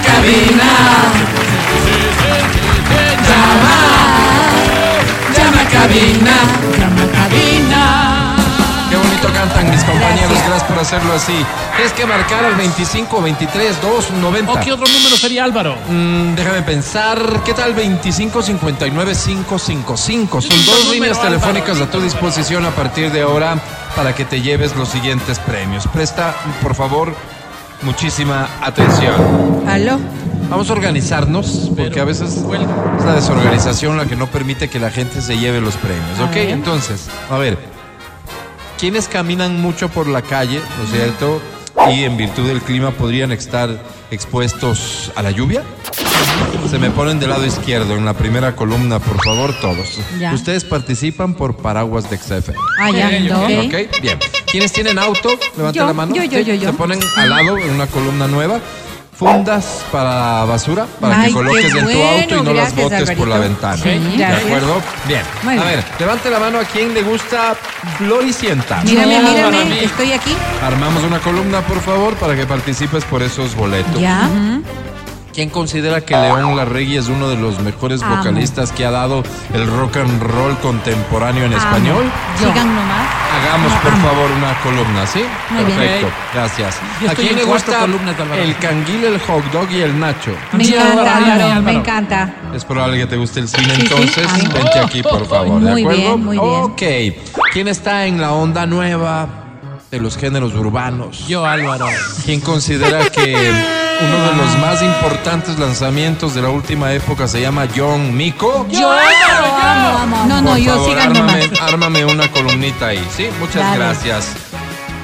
cabina. Llama, llama a cabina, llama a cabina. Qué bonito cantan mis compañeros, gracias, por hacerlo así. Tienes que marcar al 25, 23, 2, 90. ¿O qué otro número sería Álvaro? Mm, déjame pensar, ¿qué tal 25, 59, 555? Son Lindo dos número, líneas Álvaro, telefónicas a lindo tu disposición a partir de ahora para que te lleves los siguientes premios. Presta, por favor, muchísima atención. ¿Aló? Vamos a organizarnos, porque Pero, a veces huelga. es la desorganización la que no permite que la gente se lleve los premios. A ¿Ok? ver. Entonces, a ver, quienes caminan mucho por la calle, ¿no es cierto? Y en virtud del clima podrían estar expuestos a la lluvia. Se me ponen del lado izquierdo, en la primera columna, por favor, todos. Ya. Ustedes participan por paraguas de XFM. Ah, ya, Ok, ok. Ok, bien. ¿Quiénes tienen auto? Levanten Yo, la mano. yo, yo, yo, yo. Se ponen al lado en una columna nueva. Fundas para basura, para Ay, que coloques qué en tu bueno, auto y no gracias, las botes por la Alvarito. ventana. Sí, ¿De gracias. acuerdo? Bien. Muy a bien. ver, levante la mano a quien le gusta Floricienta. Mírame, No, para mí. mírame, estoy aquí. Armamos una columna, por favor, para que participes por esos boletos. Ya. ¿Quién considera que León Larregui es uno de los mejores Amo. vocalistas que ha dado el rock and roll contemporáneo en español? Amo. Sigan nomás. Hagamos, No, por amo. favor, una columna, ¿sí? Muy bien. Perfecto, gracias. Yo ¿A estoy quién en le cuatro gusta columnas, Álvaro. el canguil, el hot dog y el nacho? Me Sí, encanta, Álvaro, Álvaro, me Álvaro. encanta. Es probable que te guste el Sí, cine, sí, entonces a mí. vente aquí, por favor, ¿de Muy bien, acuerdo? muy bien. Ok, ¿quién está en la onda nueva de los géneros urbanos? Yo, Álvaro. ¿Quién considera que uno de los más importantes lanzamientos de la última época se llama John Mico? Yo, Álvaro, amo, amo. No, no, Por yo favor, sigan nomás. ármame, ármame una columnita ahí, ¿sí? Muchas Dale. gracias.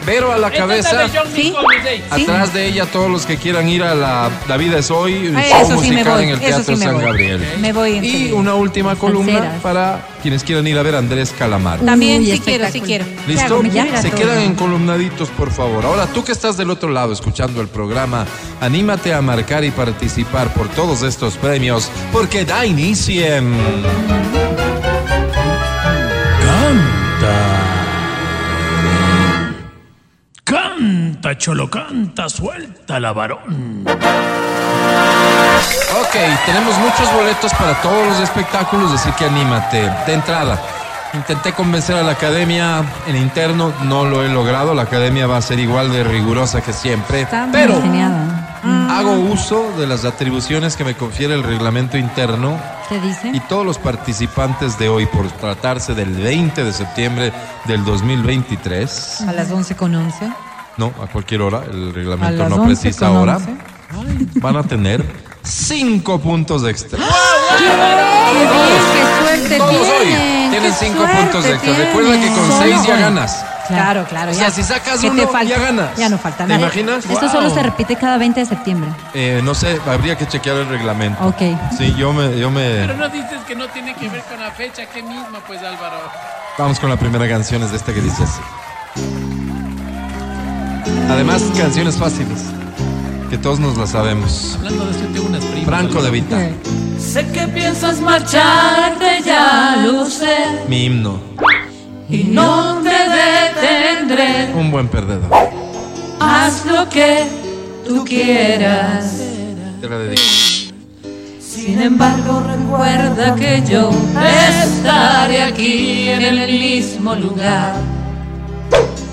Pero a la cabeza, Sí. Sí. atrás de ella, todos los que quieran ir a la, la vida es hoy, un Eh, show eso sí me musical voy, en el eso Teatro sí me San voy. Gabriel. Me voy Y enseguida. una última columna Salseras. para quienes quieran ir a ver a Andrés Calamar. También, Uy, sí quiero, sí espectacular. quiero. ¿Listo? Claro, me quiero ir a Se todo. quedan encolumnaditos, por favor. Ahora, tú que estás del otro lado escuchando el programa, anímate a marcar y participar por todos estos premios, porque da inicio en... Canta, cholo, canta, suelta la varón. Ok, tenemos muchos boletos para todos los espectáculos, así que anímate. De entrada, intenté convencer a la academia en interno, no lo he logrado. La academia va a ser igual de rigurosa que siempre. Está muy pero genial. hago uso de las atribuciones que me confiere el reglamento interno ¿Te y dice? todos los participantes de hoy, por tratarse del 20 de septiembre del 2023, A las 11 con 11. no, a cualquier hora, el A reglamento las no 11 precisa con ahora, 11. van a tener cinco puntos extra. ¡Qué bien, qué suerte Todos hoy tienen! tienen qué cinco suerte puntos extra. tienen. Recuerda que con Solo seis ya hoy. ganas. Claro, claro. O ya. sea, si sacas ¿Qué te uno, falta? ya ganas. Ya no falta ¿Te nada. imaginas? Esto solo se repite cada 20 de septiembre. Eh, no sé, habría que chequear el reglamento. Ok. Sí, yo me, yo Pero me. no dices que no tiene que ver con la fecha, que mismo, pues, Álvaro. Vamos con la primera canción, es de esta que dice así. Además, canciones fáciles. Que todos nos las sabemos. Hablando de eso, tengo unas primas. Franco de Vita, Sé que piensas marcharte, ya lo sé, mi himno. y no te detendré. Un buen perdedor. Haz lo que tú quieras. Te la dedico. Sin embargo, recuerda que yo estaré aquí en el mismo lugar.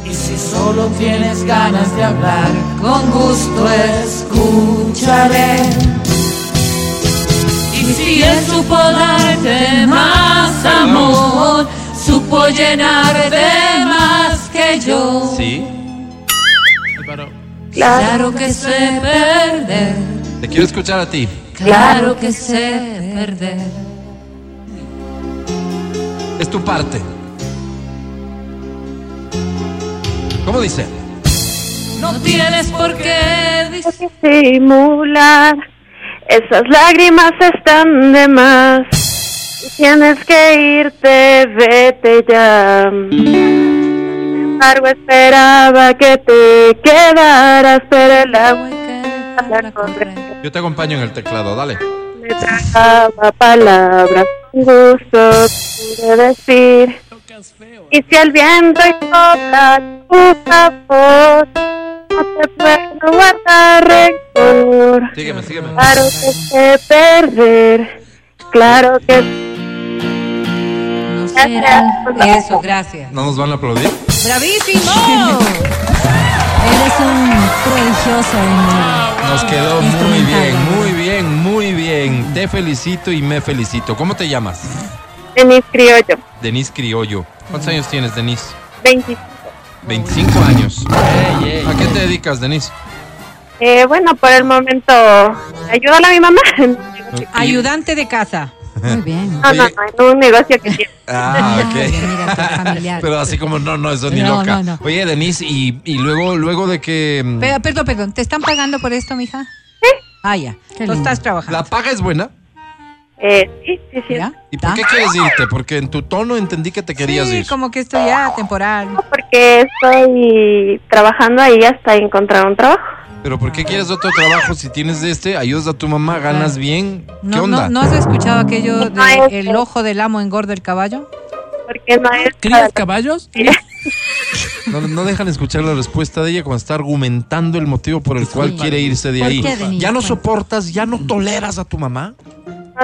Y si solo tienes ganas de hablar, con gusto escucharé. Y si él supo darte más amor, supo llenarte más que yo. Sí. Álvaro. Claro que sé perder, Te quiero escuchar a ti. claro que sé perder. Es tu parte. ¿Cómo dice? No tienes por qué dis- disimular. Esas lágrimas están de más. Si Tienes que irte, vete ya. Sin embargo, esperaba que te quedaras, pero el agua la corre. Yo te acompaño en el teclado, dale. me tragaba palabras con gusto de decir. Y si el viento sopla tu voz, no te puedo guardar rencor. amor. Sígueme, sígueme. Ah. Claro que sé perder. Claro que No será. Eso, gracias. ¿No nos van a aplaudir? ¡Bravísimo! Eres un prodigioso en Nos quedó muy Instrumental. bien, muy bien, muy bien. Te felicito y me felicito. ¿Cómo te llamas? Denis Criollo, Denise Criollo. ¿Cuántos años tienes, Denise? 25. 25 años. ¿A qué te dedicas, Denise? Eh, bueno, por el momento, ayúdala a mi mamá. Ayudante de casa. Muy bien. No, no, Oye. no, en un negocio que tiene. Ah, Ay, mira, qué familiar. Pero así como, no, no, eso ni No, loca. no, no. Oye, Denise, y, y luego, luego de que... mm, Pe- perdón, perdón. ¿Te están pagando por esto, mija? Ah, ya. Tú lindo. estás trabajando. ¿La paga es buena? Eh, sí, sí, sí. ¿Ya? ¿Y por ¿Ya? ¿Ah? qué quieres irte? Porque en tu tono entendí que te querías Sí, ir. como que esto ya temporal. Porque estoy trabajando ahí hasta encontrar un trabajo. Pero ¿por Ah. qué quieres otro trabajo si tienes este? Ayudas a tu mamá, ganas bien. ¿Qué No, onda? no, ¿No has escuchado aquello Ah, de eso. el ojo del amo engorda el caballo? Porque no es ¿Crías caballos? No, no dejan escuchar la respuesta de ella cuando está argumentando el motivo por el cual quiere irse de ¿Por ahí. qué, Denise? ¿Ya no Cuenta. soportas, ya no toleras a tu mamá?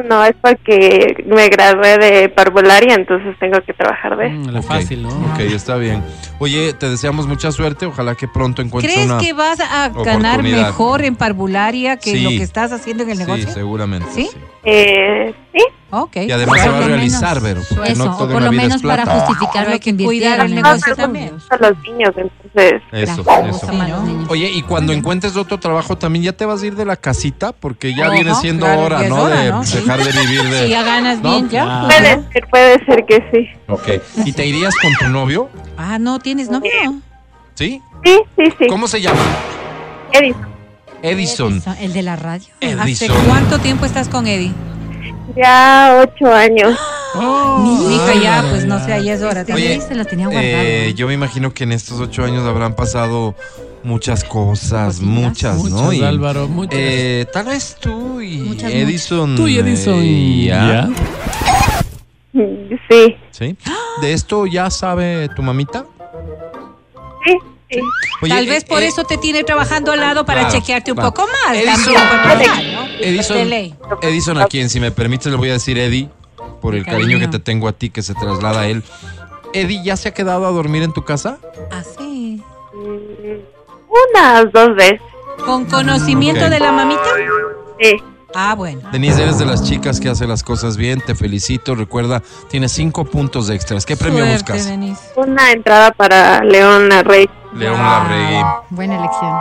No, no, es porque me gradué de parvularia, entonces tengo que trabajar de eso. Mm, la Ok, fácil, ¿no? Ok, está bien. Oye, te deseamos mucha suerte. Ojalá que pronto encuentres ¿Crees Pues una... que vas a ganar oportunidad. mejor en parvularia que Sí. lo que estás haciendo en el Sí, negocio? seguramente. ¿Sí? Eh, sí, Ok. Y además Por se va a lo realizar, menos, Vero, porque eso, no o todo en por la lo vida es menos para plata. justificar Hay lo Ah, que que invirtieron cuidar en el el negocio negocio. también. a los niños, entonces Eso, Claro, eso. gusta más los niños. Oye, y cuando encuentres otro trabajo también ya te vas a ir de la casita porque ya Ajá, viene siendo claro, hora, ya es ¿no? hora, de pues, ¿no? Sí. dejar de vivir de... Si ya ganas ¿No? bien, ya. Ah. puede ser, puede ser que sí. Ok. ¿Y te irías con tu novio? Ah, no, tienes novio. ¿Sí? Sí, sí, sí. ¿Cómo se llama? Edison, Edison. El de la radio. ¿Hace Edison. cuánto tiempo estás con Eddie? ya ocho años. Mija, ya, pues no sé, ahí es hora. Este Oye, Luis se lo tenía guardado. Eh, yo me imagino que en estos ocho años habrán pasado muchas cosas, Cositas. muchas, Muchas, ¿no? Y, Álvaro, muchas. eh, tal vez tú y Muchas, Edison. Tú y Edison. eh, ya. Sí, ¿Sí? ¿De esto ya sabe tu mamita? sí, sí. Oye, Tal vez eh, por eh, eso te tiene trabajando al lado para claro, chequearte un claro. poco más. Edison. también, para trabajar, ¿no? Edison, De ley. Edison, a quien, si me permites, le voy a decir Eddie, por el Mi cariño que cariño. te tengo a ti, que se traslada a él. Eddie, ¿ya se ha quedado a dormir en tu casa? Ah, Así. Mm, Unas dos veces. ¿Con conocimiento Ok. de la mamita? Sí. Ah, bueno. Denise, eres de las chicas que hace las cosas bien, te felicito. Recuerda, tienes cinco puntos extras. ¿Qué premio Suerte, buscas? Denise. Una entrada para León Rey. León Wow. Larregui. Buena elección.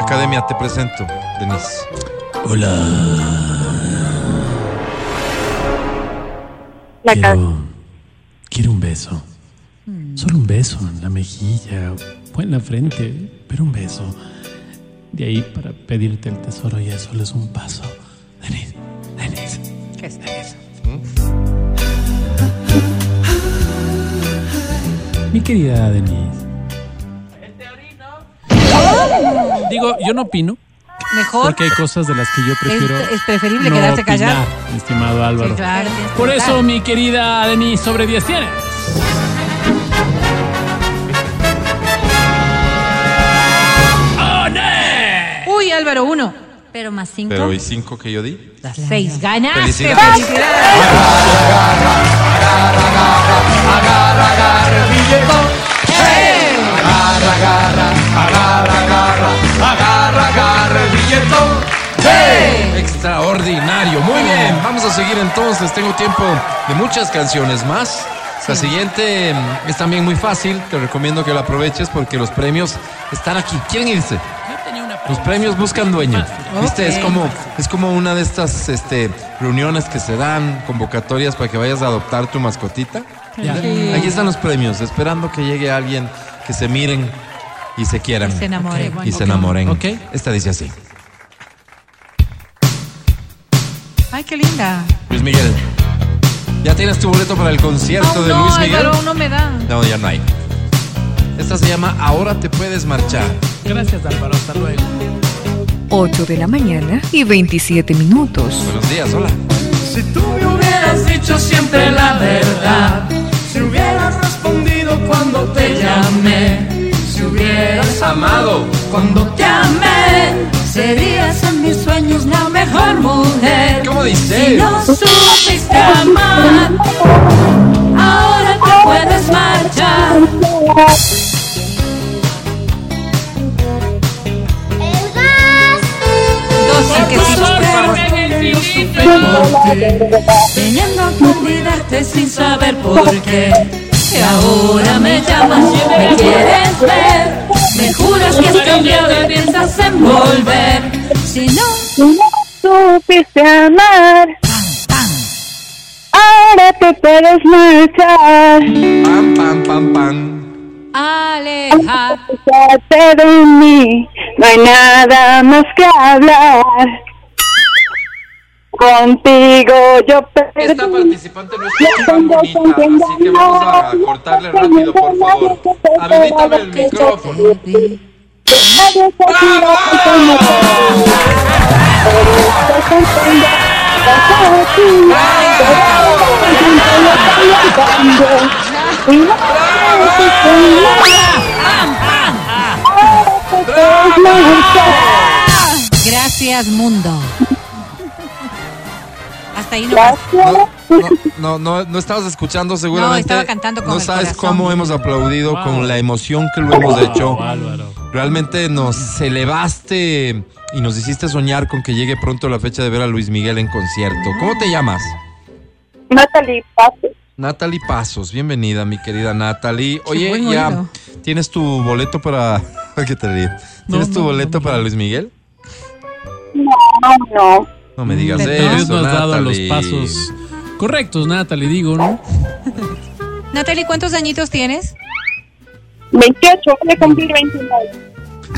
Academia, te presento, Denise. La casa. Quiero, quiero un beso. Solo un beso en la mejilla o en la frente, pero un beso. De ahí para pedirte el tesoro ya solo es un paso. Denise, Denise. ¿Qué es eso? Mi querida Denise. Digo, yo no opino, Mejor. porque hay cosas de las que yo prefiero. Es- es preferible no quedarse callado. opinar, Estimado Álvaro. Sí, claro. Por eso, mi querida Denise, sobre 10 tiene. Uy, Álvaro, uno. Pero más cinco. Pero, ¿y cinco que yo di? Las seis. Ganaste. Felicidades. felicidades. Extraordinario. Muy bien, vamos a seguir entonces. Tengo tiempo de muchas canciones más. La siguiente mm, es también muy fácil. Te recomiendo que la aproveches porque los premios están aquí. ¿Quieren irse? Los premios buscan dueño. Viste, es como es como una de estas este, reuniones que se dan, convocatorias para que vayas a adoptar tu mascotita. Ya. Aquí están los premios, esperando que llegue alguien que se miren y se quieran. Y se enamoren. Y se enamoren. Ok. Esta dice así. Ay, qué linda. Luis Miguel. ¿Ya tienes tu boleto para el concierto Aún de Oh, no, Luis Miguel? Álvaro, no me da. No, ya no hay. Esta se llama Ahora te puedes marchar. Gracias, Álvaro. Hasta luego. 8 de la mañana y 27 minutos. Buenos días, hola. Si tú me hubieras dicho siempre la verdad, si hubieras respondido cuando te llamé, si hubieras amado cuando te amé, serías en mis sueños la mejor mujer. ¿Cómo dice? Si no supiste amar, ahora te puedes marchar. El que sí, por favor. Teniendo que olvidarte sin saber por qué. Que ahora me llamas, me quieres ver. Me juras que has cambiado y piensas en volver. Si no, supiste amar. Ahora te puedes marchar. Pam, pam, pam, pam. aleja. Parte de mí, no hay nada más que hablar. Contigo yo Esta perdí. participante no es tan bonita, así que vamos a cortarle rápido, por favor. Habilítame el micrófono. Nadie se tiró conmigo. Gracias, mundo. Hasta ahí no No, no, no, no estabas escuchando seguramente. No, estaba cantando con No el sabes corazón. cómo hemos aplaudido Wow. con la emoción que lo hemos hecho. Wow, Álvaro. Realmente nos elevaste y nos hiciste soñar con que llegue pronto la fecha de ver a Luis Miguel en concierto. Ah. ¿Cómo te llamas? Natalie Paz. Natalie Pasos, bienvenida mi querida Natalie. Oye, buen ya oído. tienes tu boleto para ¿Qué te ríes? ¿Tienes tu no, boleto para Luis Miguel? No, no. No me digas De eso, todos Entonces no has dado los Natalie. pasos correctos, Natalie, digo, ¿no? Natalie, ¿cuántos añitos tienes? 28, voy a cumplir 29.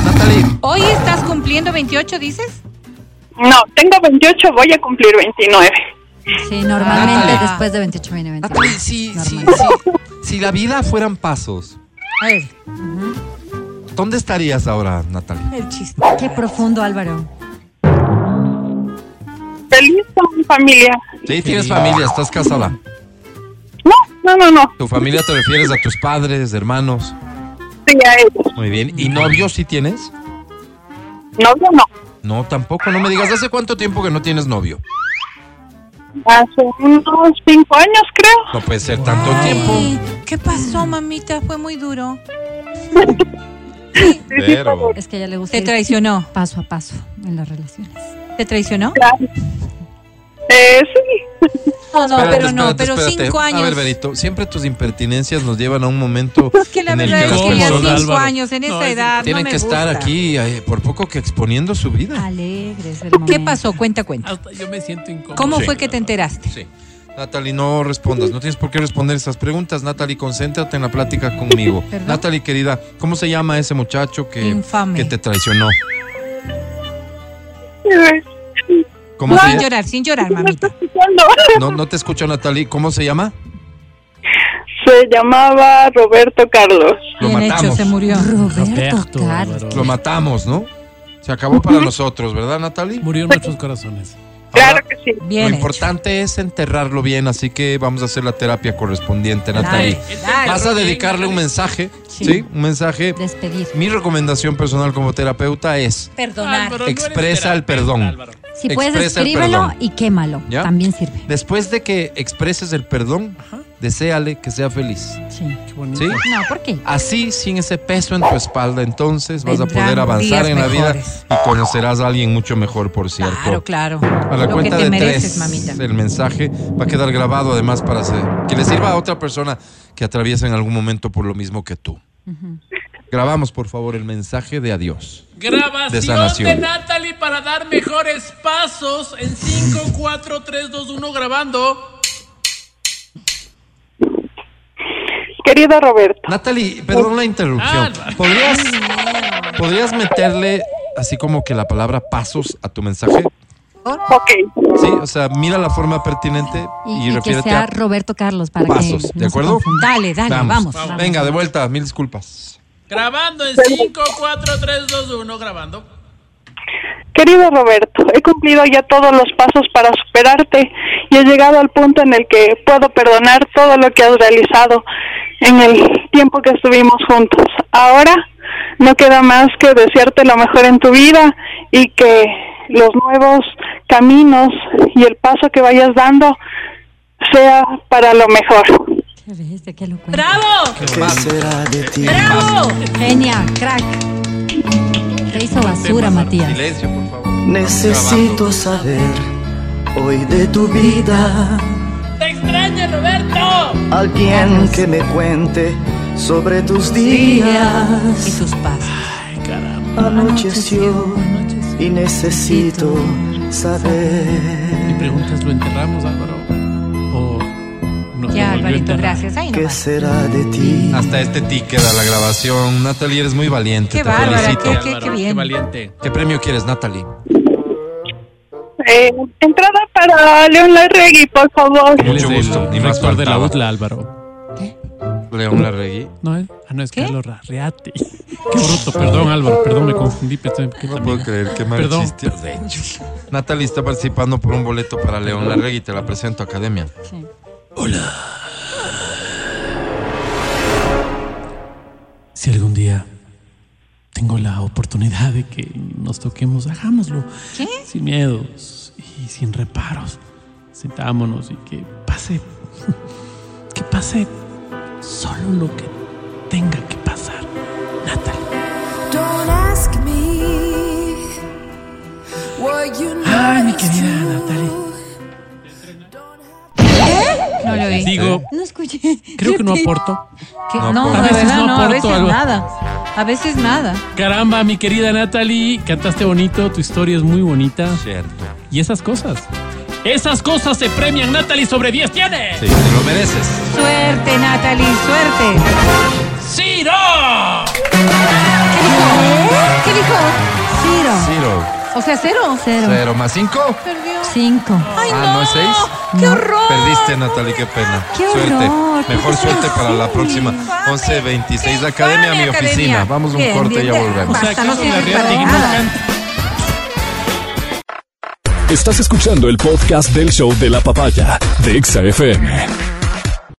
Natalie, Hoy estás cumpliendo 28, dices. No, tengo 28, voy a cumplir 29. Sí, Ah, normalmente Natalie. después de 28 viene 29. Natalie, si, si, Normal. si- si la vida fueran pasos, A ver, ¿dónde estarías ahora, Natalie? el chiste. Qué profundo, Álvaro. Feliz con mi familia. Sí, tienes familia, estás casada. No, no, no, no. ¿Tu familia te refieres a tus padres, hermanos? Sí, a ellos. Muy bien. ¿Y novio sí tienes? No, yo no. No, tampoco, no me digas. ¿Hace cuánto tiempo que no tienes novio? Hace unos 5 años, creo. No puede ser tanto tiempo. ¿Qué pasó, mamita? Fue muy duro. Pero... Es que a ella le gusta Te ir traicionó. paso a paso en las relaciones. ¿Te traicionó? Eh, sí. No, no, Espérate, pero no, espérate, pero espérate. cinco A ver, años. Ah, Benito, siempre tus impertinencias nos llevan a un momento Es Pues que la en el verdad que es las que cosas ya son, personas cinco Álvaro. años en No, esta es- edad. tienen no me que estar gusta. aquí, eh, por poco que exponiendo su vida. Alegre es el momento. Ah. ¿Qué pasó? Cuenta, cuenta. Hasta yo me siento incómodo. ¿Cómo Sí. fue que te enteraste? Sí. Natalie, no respondas, no tienes por qué responder esas preguntas. Natalie, concéntrate en la plática conmigo. ¿Perdón? Natalie, querida, ¿cómo se llama ese muchacho que, Infame. que te traicionó? ¿Cómo se Sin llama? llorar, sin llorar, mamita. No, no te escucho, Natalie. ¿Cómo se llama? Se llamaba Roberto Carlos. Lo Bien hecho, matamos. se murió. Roberto Roberto, Carlos. Álvaro. Lo matamos, ¿no? Se acabó para nosotros, ¿verdad, Natalie? Murió en nuestros corazones. Ahora- Claro que sí. Bien lo hecho. importante es enterrarlo bien, así que vamos a hacer la terapia correspondiente, Natalie. Vas a dedicarle un mensaje, ¿sí? Un mensaje. Despedir. Mi recomendación personal como terapeuta es, Perdonar. Álvaro, no eres Expresa el terapeuta, perdón. Álvaro. Si puedes, Expresa el escríbelo perdón. y quémalo. ¿Ya? También sirve. después de que expreses el perdón, deséale que sea feliz, Sí. Qué bonito. ¿sí? No, ¿por qué? Así, sin ese peso en tu espalda, entonces vas a Vendrán poder avanzar días en la vida mejores. y conocerás a alguien mucho mejor, por cierto. Claro, claro. A la Lo que cuenta te de mereces, tres, mamita. el mensaje va a quedar grabado además para hacer- que le sirva a otra persona que atraviesa en algún momento por lo mismo que tú. Grabamos, por favor, el mensaje de adiós. De Grabación sanación. de, Natalie para dar mejores pasos en 5, 4, 3, 2, 1 grabando. Querido Roberto, Natalie, perdón la interrupción. Ah, no. ¿Podrías, ¿Podrías meterle así como que la palabra pasos a tu mensaje? ok. Sí, o sea, mira la forma pertinente y, Y, y que refiérete sea a Roberto Carlos para pasos, que. ¿de no se acuerdo? confunda. Dale, dale, vamos. Venga, de vuelta, mil disculpas. Grabando en 5, 4, 3, 2, 1 grabando. Querido Roberto, he cumplido ya todos los pasos para superarte y he llegado al punto en el que puedo perdonar todo lo que has realizado en el tiempo que estuvimos juntos. Ahora No queda más que desearte lo mejor en tu vida y que los nuevos caminos y el paso que vayas dando sea para lo mejor. Ya ves, de qué locuencia. ¡Bravo! Más. ¡Bravo! Genia, crack. Te hizo basura, Matías. Silencio, por favor. Necesito saber hoy de tu vida. ¡Te extraño, Roberto! Alguien que me cuente sobre tus días. Y sus Ah, pasos. Ay, caramba. Anocheció y necesito Mi saber pregunta es, ¿lo enterramos, Álvaro? ¿O nos devolvió Ya, Alvarito, enterrar? gracias. Ahí qué nomás. será de ti. Hasta este ticket a la grabación. Natalie, eres muy valiente. Qué te bárbara, felicito. qué- Álvaro, bien. valiente. ¿Qué premio quieres, Natalie? Eh, entrada para León Larregui, por favor. Mucho Él es el gusto, ni más rector de la faltaba. UTLA, Álvaro. León Larregui. No es, ah, no es Carlos Rarreate. Qué bruto, perdón, Álvaro, perdón, me confundí. pensé que No también- puedo creer qué mal Perdón. chiste has hecho. Natalie está participando por un boleto para León Larregui. Te la presento, Academia. Sí. Si algún día tengo la oportunidad de que nos toquemos, hagámoslo. ¿Qué? Sin miedos y sin reparos. Sentámonos y que pase. Que pase solo lo que tenga que pasar. Natalie. Don't ask me what you Ay, mi noticed querida you. Natalie. No lo oí. Digo, No escuché. creo que no ¿Qué? aporto. ¿Qué? No No, aporto. la A veces verdad no no, a aporto veces algo. nada. A veces nada. Caramba, mi querida Natalie, cantaste bonito, tu historia es muy bonita. Cierto. Y esas cosas. Esas cosas se premian, Natalie, sobre 10 tiene. Sí, te lo mereces. Suerte, Natalie, suerte. ¡Ciro! ¿Qué dijo? ¿Qué dijo? Cero. Ciro. O sea, cero. Cero más cinco. Perdió. Cinco. Ay, ah, no es seis. qué horror. Perdiste, Natalie, qué pena. Qué suerte. horror, qué Mejor suerte para la horror. próxima. Infame. 11.26 de Qué Academia a mi infame, oficina. Academia. Vamos a un Bien, corte y bien, ya bien. volvemos. Va. Hasta no sirve para nada. Estás escuchando el podcast del show de la papaya de Exa FM.